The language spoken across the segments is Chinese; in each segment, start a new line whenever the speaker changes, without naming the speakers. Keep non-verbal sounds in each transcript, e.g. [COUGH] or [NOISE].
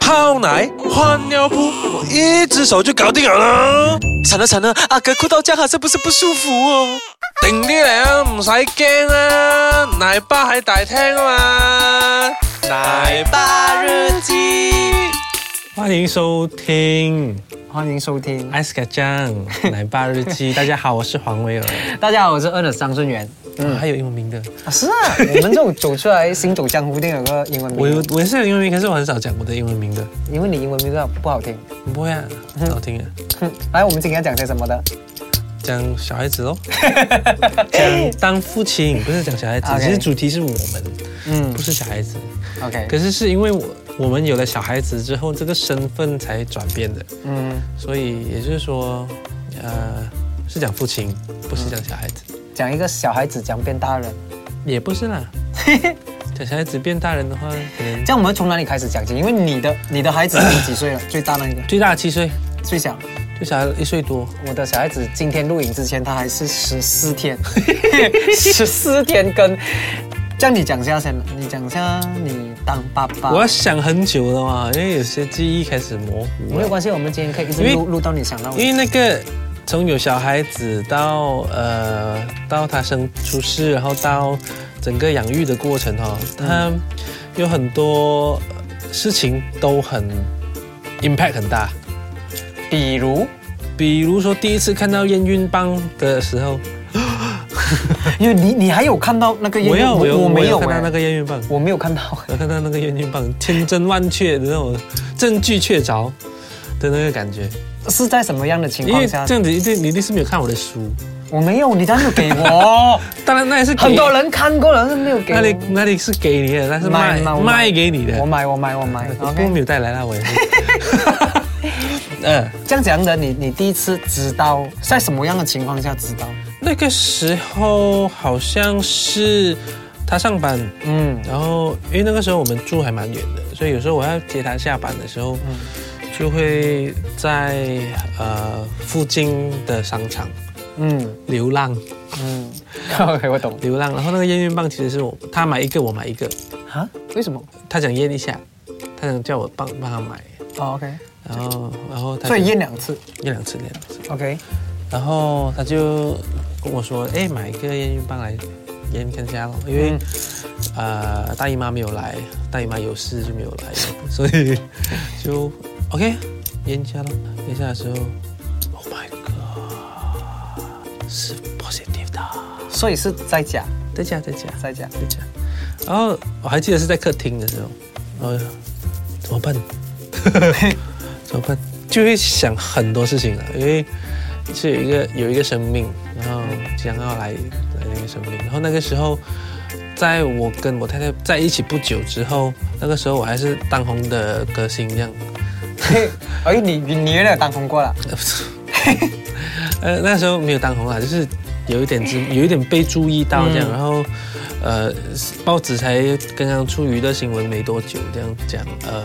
泡奶、换尿布，我一只手就搞定了啦。
惨了惨了，阿哥哭到这样，是不是不舒服哦？
定啲嚟啊，唔使惊啊，奶爸喺大厅啊嘛。奶
爸日记。
欢迎收听
欢迎收听，
艾斯卡酱奶爸
[LAUGHS]
日记。大家好，我是黄威尔，
大家好，我是 Ernest 张顺元。
还有英文名的，
啊，是啊，我们这种走出来行走江湖一定有个英文名，
我有我也是有英文名，可是我很少讲我的英文名的。
因为你英文名字不好听。
不会啊，很好听啊，
哼，来，我们今天要讲些什么的
讲小孩子喽，讲当父亲，不是讲小孩子，
OK
其实主题是我们，
[LAUGHS] 嗯
不是小孩子。
？OK，
可是是因为我我们有了小孩子之后，这个身份才转变的，
嗯，
所以也就是说，呃，是讲父亲，不是讲小孩子，
讲一个小孩子讲变大人，
也不是啦。讲小孩子变大人的话，可能
这样我们从哪里开始讲起？因为你的你的孩子是几 [LAUGHS] 岁了？最大那一个，
最大七岁，
最小。
最小一岁多，
我的小孩子今天录影之前，他还是十四 [LAUGHS] 天，十四天跟。这样你讲一下先，你讲一下你当爸爸。
我要想很久了嘛，因为有些记忆开始模糊
没有
了，
关系，我们今天可以一直
因为
录录到你想到
因
为
为那个。从有小孩子到呃到他生出世，然后到整个养育的过程哈、哦，他有很多呃事情都很 impact 很大。
比如
比如说第一次看到验孕棒的时候，
因为你你还有看到那个烟
我
雾
有我有哎
我没有
看到
欸
那个验孕棒，
我没有看到。
我看到那个验孕棒千真万确的那种证据确凿的那个感觉，
是在什么样的情
因为
况下
这？样子一定你一定是没有看我的书，
我没有，你当然没有给我。
当然那也是给
很多人看过了，但是没有给
那
我。
里那里是给你的，那是卖
卖卖我买
卖给你的
我，买，我买，我买。
我不过
OK，
没有带来啦，我
[LAUGHS]
也是。嗯，
这样讲的，你你第一次知道在什么样的情况下知道？
那个时候好像是他上班，
嗯
然后因为那个时候我们住还蛮远的，所以有时候我要接他下班的时候，
嗯
就会在呃附近的商场
嗯
流浪 [LAUGHS]
嗯。OK，我懂。
流浪。然后那个验孕棒其实是我他买一个我买一个，
啊？为什么？
他想验一下，他想叫我帮帮他买，
哦，OK，
然后然后他
所以
就
验两次。
验两次验两次，
OK，
然后他就跟我说，哎，买一个验孕棒来验看一下咯，因为。
嗯
呃，大姨妈没有来，大姨妈有事就没有来，所以就 OK 验一下咯。验一下的时候，Oh my god，是 positive 的，
所以是在家，
在家在家
在家。 [LAUGHS]
在家。然后我还记得是在客厅的时候，然后呃怎么办？怎么办？就会想很多事情了，因为是有一个有一个生命，然后想要来来那个生命，然后那个时候，在我跟我太太在一起不久之后，那个时候我还是当红的歌星这样，
嘿，哎，你你你原来有当红过了。
呃，不是 [LAUGHS] 呃那时候没有当红啦，就是有一点知，有一点被注意到这样，
哎嗯
然后呃，报纸才刚刚出娱乐新闻没多久，这样讲，呃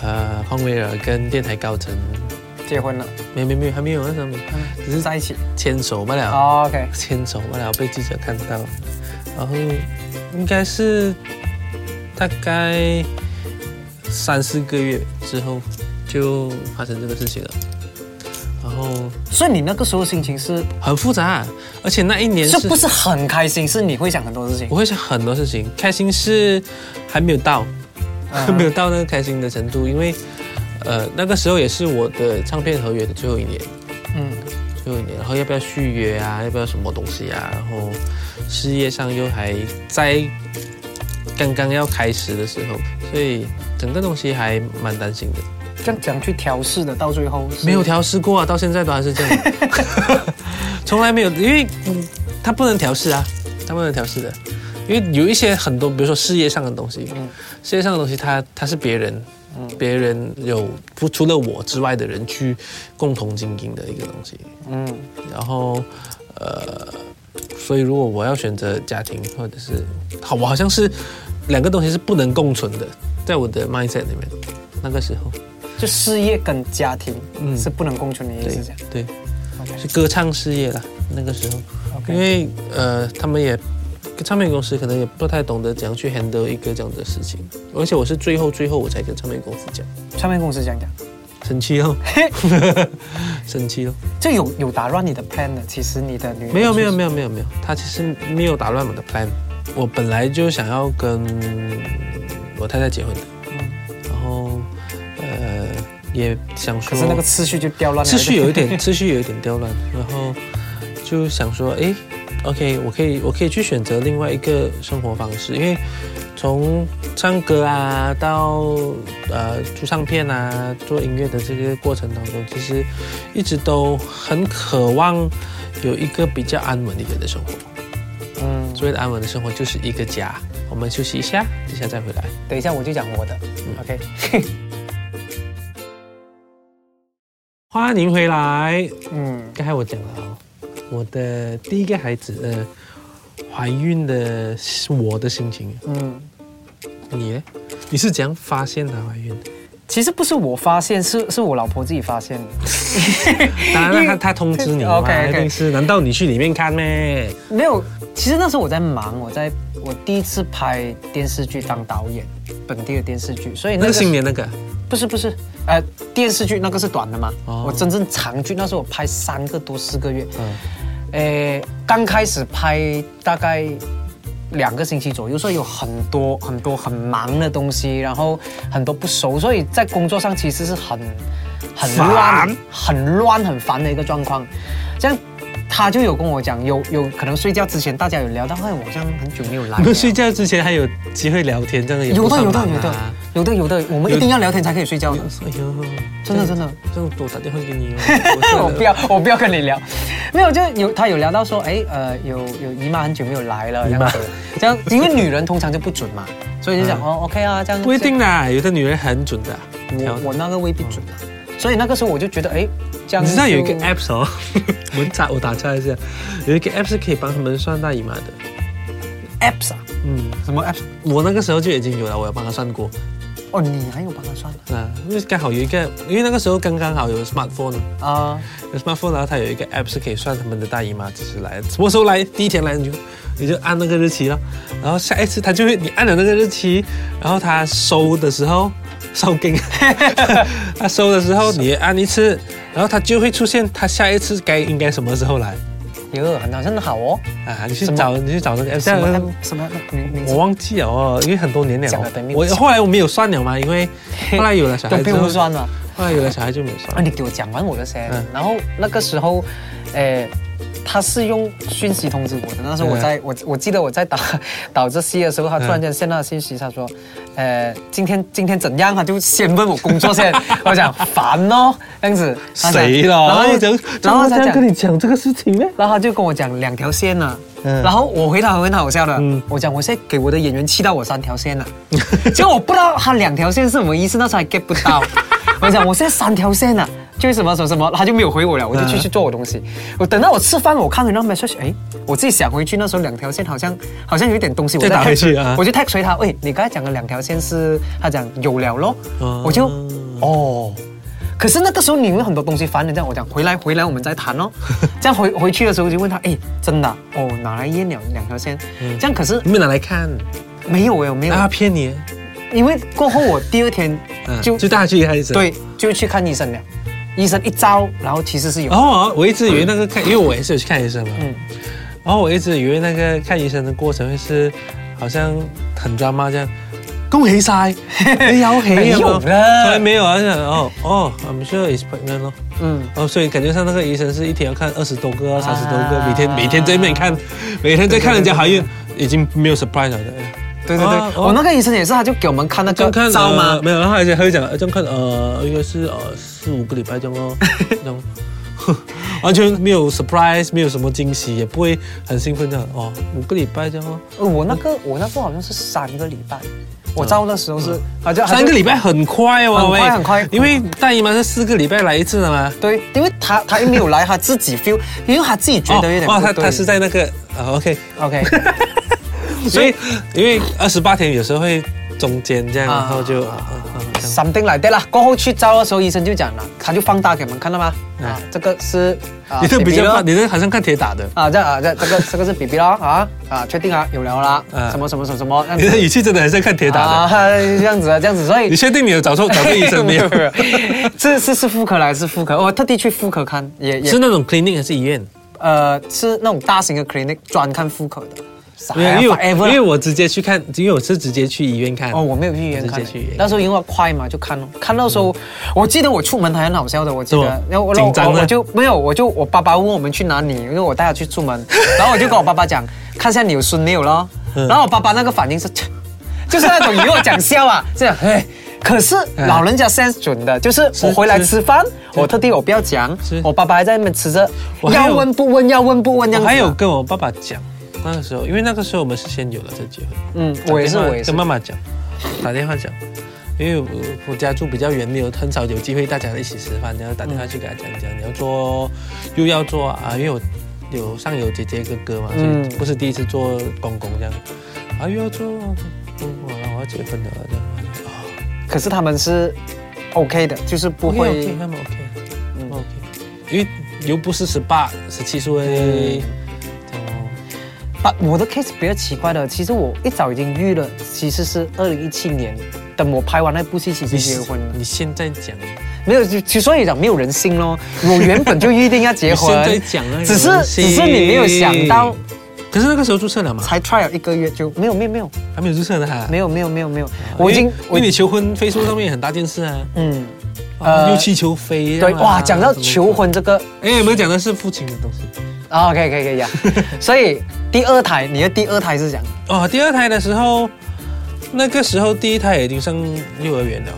呃，匡威尔跟电台高层。
结婚了，
没没没有，还没有那什么，只是
在一起。
牵手罢了，
哦 OK，
牵手罢了，被记者看到，然后应该是大概三四个月之后就发生这个事情了，然后
所以你那个时候心情是
很复杂，啊而且那一年
是哦
是
不是很开心？是你会想很多事情
我。会想很多事情，开心是还没有到，
嗯
没有到那个开心的程度，因为呃那个时候也是我的唱片合约的最后一年。
嗯，
最后一年，然后要不要续约啊？要不要什么东西啊？然后事业上又还在刚刚要开始的时候，所以整个东西还蛮担心的。
这样讲去调试的，到最后是
没有调试过啊，到现在都还是这样，从来没有，因为嗯它不能调试啊，它不能调试的，因为有一些很多，比如说事业上的东西，事业上的东西它它是别人。别人有不除了我之外的人去共同经营的一个东西，
嗯
然后呃，所以如果我要选择家庭或者是好，我好像是两个东西是不能共存的，在我的 mindset 里面，那个时候，
就事业跟家庭
嗯
是不能共存的意
对
思，这样。
对，
OK
是歌唱事业啦，那个时候，因
OK，
为呃，他们也唱片公司可能也不太懂得怎样去 handle 一个这样的事情，而且我是最后最后我才跟唱片公司讲，
唱片公司这样讲，
生气
[LAUGHS]
哦，生气哦，
这有有打乱你的 plan 的。其实你的女
没有没有没
有，
有没有没有，他其实没有打乱我的 plan，我本来就想要跟我太太结婚的，然后呃也想说，
可是那个次序就掉乱了。
秩序有一点，秩序有一点刁乱，然后就想说，诶 o k 我可以，我可以去选择另外一个生活方式，因为从唱歌啊到呃出唱片啊做音乐的这个过程当中，其实一直都很渴望有一个比较安稳一点的生活。
[LAUGHS] 嗯，
所谓的安稳的生活就是一个家，我们休息一下，等一下再回来。
等一下我就讲我的。OK，
欢迎回来，
嗯，
刚才我讲了哦，我的第一个孩子，呃，怀孕的我的心情，
嗯。
你呢？你是怎样发现她怀孕的？
其实不是我发现，是是我老婆自己发现的。 [LAUGHS]
当
因
然
为哦
啦，她她通知你嘛
OK，OK
一定是。难道你去里面看咩？
没有，其实那时候我在忙，我在我第一次拍电视剧当导演，本地的电视剧，所以那
那
个
个新年那个，
不是不是，呃，电视剧那个是短的嘛，
哦
我真正长剧那时候我拍三个多四个月，
嗯，
呃，刚开始拍大概两个星期左右，所以有很多很多很忙的东西，然后很多不熟，所以在工作上其实是很很
烦
乱、很乱、很烦的一个状况。这样他就有跟我讲，有有可能睡觉之前大家有聊到，哎，我好像很久没有来
啊你
了。
们睡觉之前还有机会聊天，这样也
有
不
的
上
有的
班
有的
啊。
有的有的，我们
有
一定要聊天才可以睡觉的。
哎呦，
真的真的，
这样我打电话给你
[LAUGHS]
哦。
我不要，我不要跟你聊。没有，就有他有聊到说，哎，呃，有有姨妈很久没有来了，
姨
这
妈
样子，这样，因为女人通常就不准嘛，所以就讲、
嗯
哦，OK 啊，这样
不一定嗯啦，有的女人很准的。挑
我我那个未必准啊，所以那个时候我就觉得，哎，这样
你知道有一个
就
app 哦， [LAUGHS] 我打我打岔一下，有一个 app 是可以帮他们算大姨妈的。
apps 啊，
嗯，
什么 apps？
我那个时候就已经有了，我有帮他算过。
哦，你还有帮他算了
啊，因为刚好有一个，因为那个时候刚刚好有 smartphone，
啊、
有 smartphone，然后它有一个 app 是可以算他们的大姨妈几时来，什么时候来，第一天来你就你就按那个日期了，然后下一次它就会你按了那个日期，然后它收的时候收 [LAUGHS] 给你，它收的时候你也按一次，然后它就会出现它下一次该应该什么时候来
哟，很好，真的好哦，
啊，你去
什么
找你去找那个 app，
什么
这样
app- 什么名名字
我？忘记了哦，因为很多年了
讲了等于没
哦。
有
我
讲
后来我没有算了嘛，因为后来有了小
都
孩
不
之
用
后，
算了。
后来有了小孩就没有算
啊，
了。
你给我讲完我的先。
嗯
然后那个时候，诶、他是用讯息通知我的。那时候我在、
嗯
我我记得我在导 [LAUGHS] 导这戏的时候，他突然间先到信息，他
嗯
说，呃，今天今天怎样？他啊就先问我工作先。 [LAUGHS] 我讲烦哦，这样子。他讲
谁了？
然后就然后
这
他
样
讲
跟。你讲这个事情呢？
[LAUGHS] 然后他就跟我讲两条线呢、
嗯
然后我回答很好笑的，
嗯
我讲我现在给我的演员气到我三
[LAUGHS]
条线了，结果我不知道他两条线是什么意思，那时候还 get 不到。 [LAUGHS] 我讲我现在三条线了、就是什么什么什么，他就没有回
嗯
我了，我就继续做我东西。我等到我吃饭，我看回那 message，哎，我自己想回去，那时候两条线好像好像有一点东西，我
再打
text-
回去啊
我就 text 回他，喂，你刚才讲的两条线是，他讲有了咯，
哦
我就哦。可是那个时候你有很多东西烦人，这样我讲回来回来我们再谈
[LAUGHS]
哦。这样回回去的时候我就问他，哎，真的啊哦，哪来验两两条线？这样可是
你们拿来看
没有哎，我没
嗯
有，
啊？骗你？
因为过后我第二天
嗯，
就
就带他去看医生。。
对就去看医生了，医生一招，然后其实是有
哦，我一直以为那个看，因为我也是有去看医生嘛。
嗯
然后我一直以为那个看医生的过程会是好像很抓马这样。恭喜晒，你有喜
[LAUGHS] 没有嗯
啊
啦
从来没有啊！就想哦哦，I'm sure is pregnant 咯。
嗯。
哦，所以感觉上那个医生是一天要看二十多个、三十多个，
啊
每天每天在那边看，每天在看人家怀
[LAUGHS]
孕，已经没有 surprise 了的。
对对对，
啊哦
我那个医生也是，他就给我们看那
这
个
样看
照吗
呃？没有，然后而且他会讲，呃这样看呃，应该是呃四五个礼拜这
[LAUGHS]
样哦，这样。 [LAUGHS] 呵完全没有 surprise，没有什么惊喜，也不会很兴奋这样哦，五个礼拜这样哦，
呃我那个我那个好像是三个礼拜，我照的时候是，好像
嗯三个礼拜很快哦，
很快
喂
很快
因为大姨妈是四个礼拜来一次的嘛。
对，因为他他又没有来，他自己 feel，因为他自己觉得有点
哦，
不
他
对。
他是在那个啊，OK，
OK，
[LAUGHS] 所以因为二十八天有时候会中间这样，
啊
然后就啊啊啊这样
[LAUGHS] something like that 啦。过后去照的时候，医生就讲了，他就放大给我们看到吗？啊，这个是啊
嗯你这
BB
比较
咯
怕，你这好像看铁打的，
啊，这啊这这个这个是 BB 啦啊啊，确定啊，有聊啦，
啊
什么什么什么什么，
[LAUGHS] 你
这样子
的语气真的很像看铁打
啊
的。，
这样子啊，这样子，所以
你确定你有找错找对医生没有？
这 [LAUGHS] 是是妇科来是妇科，我特地去妇科看，也
[LAUGHS]
也
是那种 clinic 还是医院？
呃是那种大型的 clinic 专看妇科的，傻
没有，
哎呀
因为我因
forever
为我直接去看，因为我是直接去医院看。
哦，我没有去医院看
直接去医院，
那时候因为快嘛，就看咯。看到时候，我记得我出门还很好笑的，我记
是吗
得，然后我
嗯紧张啊
我
吗
我就没有，我就我爸爸问我们去哪里，因为我带他去
[LAUGHS]
出门，然后我就跟我爸爸讲，看一下你有孙六咯。
嗯
然后我爸爸那个反应是，切就是那种与我讲笑啊，
[LAUGHS]
这样哎。可是老人家 sense 准的，就是我回来
嗯是
吃饭，我特地我不要讲
是，
我爸爸还在那边吃着，
我还有
要问不问，要问不问，这样
我
子啊
还有跟我爸爸讲，那个时候，因为那个时候我们是先有了再结婚。
嗯，我也是，
打电话
我也是
跟，妈妈讲，打电话讲，因为我我家住比较远，没有很少有机会大家一起吃饭，然后打电话去给他讲讲，
嗯
你要做又要做啊，因为我有上有姐姐哥哥嘛，所
嗯
以不是第一次做公公这样，啊又要做，公公啊我要结婚了这样，啊
可是他们是 OK 的，就是不
OK
会
哦 OK，他们 OK，嗯 OK，因为又不是十八十七
嗯
岁，哦
把我的 case 比较奇怪的，其实我一早已经预了，其实是二零一七年，等我拍完那部戏，其实
你
结婚了，
你现在讲，
没有，就就所以讲没有人性咯。我原本就预定要结
你
婚
现，在讲啊，
只是
有人
只是你没有想到，
信，可是那个时候注册了嘛，
才 try 了一个月就没有没有没有
还没有注册的哈。
没有没有没有没有，
因为
啊我已经
因
我
为你求婚，Facebook 上面也很大件事啊，
嗯
啊
呃
又气球飞、啊。
对哇，讲到求婚这个
什么的，哎，我们讲的是父亲的东西。
啊，可以可以可以呀，所以第二胎你的第二胎是讲
哦，第二胎的时候，那个时候第一胎已经上幼儿园了，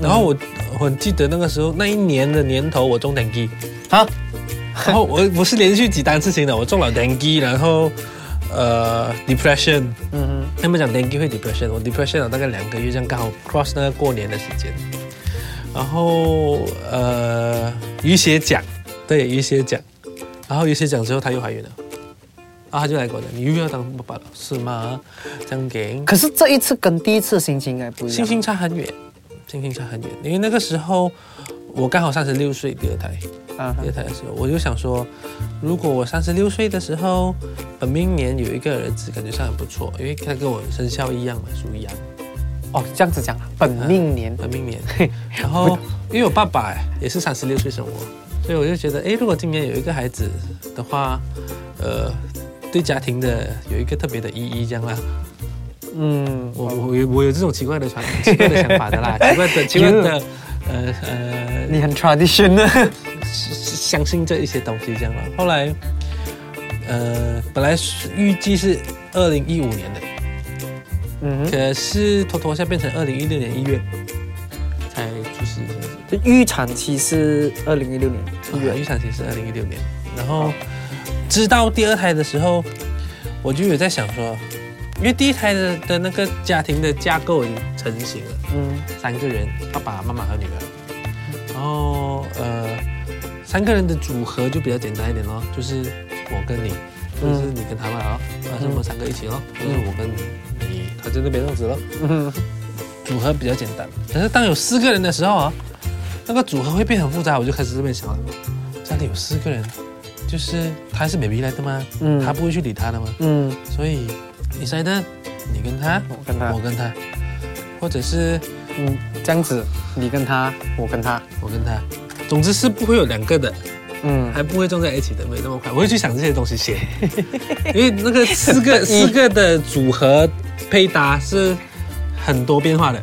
然后我我很记得那个时候那一年的年头我中 dengue，
啊
然后我我是连续几单事情的，我中了 dengue，然后呃 depression，
嗯
他们讲 dengue 会 depression，我 depression 了大概两个月，这样刚好 cross 那个过年的时间。然后呃，淤血奖，对淤血奖，然后淤血奖之后她又怀孕了，然后她就来跟我讲，你又要当爸爸了是吗？这样给
哼，可是这一次跟第一次心情应该不一
心
样，
情差很远，心情差很远，因为那个时候我刚好三十六岁，第二胎，
嗯
第二胎的时候，我就想说，如果我三十六岁的时候，本命年有一个儿子，感觉上很不错，因为他跟我生肖一样嘛，属羊。
哦这样子讲啊，本命年
本命年。然后因为我爸爸也是三十六岁生我，所以我就觉得，诶，如果今年有一个孩子的话，呃，对家庭的有一个特别的意义，这样啦。
嗯。
我我有我有这种奇怪的传奇怪的想法的 [LAUGHS] 啦，奇怪的奇怪的，呃呃，
你很 traditional，
相信这一些东西这样了。后来，呃，本来是预计是二零一五年的，
嗯哼，
可是拖拖一下变成二零一六年一月才出事这样子。
就预产期是二零一六年一
预
月，
预产期是二零一六年，然后知道第二胎的时候，我就有在想说，因为第一胎的的那个家庭的架构已经成型了，
嗯，
三个人，爸爸妈妈和女儿，然后呃，三个人的组合就比较简单一点咯，就是我跟你，或者是
嗯
你跟他们哦，还是我们三个一起咯，就是我跟你，他在那边这样子咯，
嗯，
组合比较简单。可是当有四个人的时候啊，那个组合会变很复杂。我就开始这边想了，家里有四个人，就是他是 baby 来的吗？
嗯
他不会去理他的吗？
嗯，
所以你猜的，你跟他，
我跟他
我，跟他，或者是
嗯，这样子，你跟他，我跟他，
我跟他，总之是不会有两个的，
嗯，
还不会撞在一起的，没那么快。我会去想这些东西先，因为那个四个四个的组合配搭是很多变化的，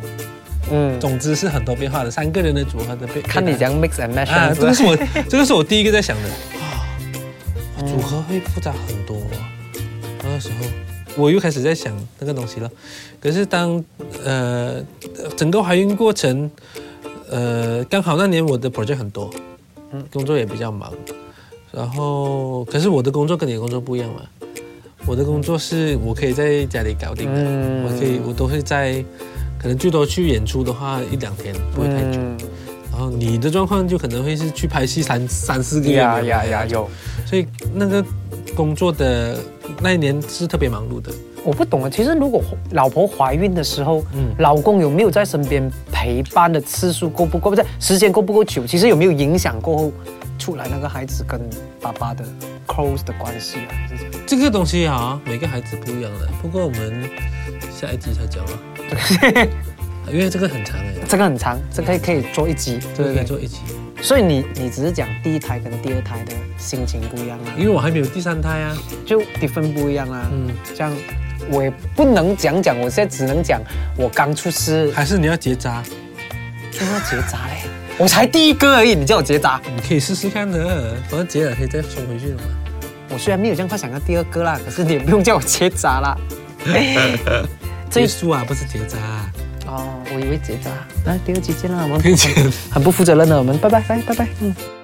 嗯，
总之是很多变化的，三个人的组合的配
看你
配搭
怎样 mix and
啊，
match，
这个是
是吧
我， [LAUGHS] 这个是我第一个在想的。啊，组合会复杂很多、哦。那个时候，我又开始在想那个东西了。可是当呃整个怀孕过程，呃，刚好那年我的 project 很多，嗯，工作也比较忙。然后，可是我的工作跟你的工作不一样嘛。我的工作是我可以在家里搞定的，
嗯
我可以我都会在，可能最多去演出的话一两天，不会太久。
嗯，
然后你的状况就可能会是去拍戏三三四个月，
呀呀呀，有，
所以那个工作的那一年是特别忙碌的，
我不懂啊。其实如果老婆怀孕的时候，
嗯
老公有没有在身边陪伴的次数够不够，不是时间够不够久？其实有没有影响过后出来那个孩子跟爸爸的 close 的关系啊？还是怎么样
这个东西啊，每个孩子不一样的。不过我们下一集再讲吧，
[LAUGHS]
因为这个很长哎，
这个很长，这个可以可以做一集，
这个
嗯对
可以
不
做
对？
一集。
所以你你只是讲第一胎跟第二胎的心情不一样啊，
因为我还没有第三胎啊，
就 different 不一样啊。
嗯，
这样我也不能讲讲，我现在只能讲我刚出师
还是你要结扎，
就要结扎嘞，我才第一个而已，你叫我结扎？
你可以试试看的，反正结了可以再送回去的嘛。
我虽然没有这样快想要第二个啦，可是你也不用叫我结扎啦。这
结
一
束啊， [LAUGHS] 不是结扎、
[LAUGHS] 哦，我以为结扎。那第二期见啦，我们
并且。
很不负责任的，我们拜拜，拜拜拜。嗯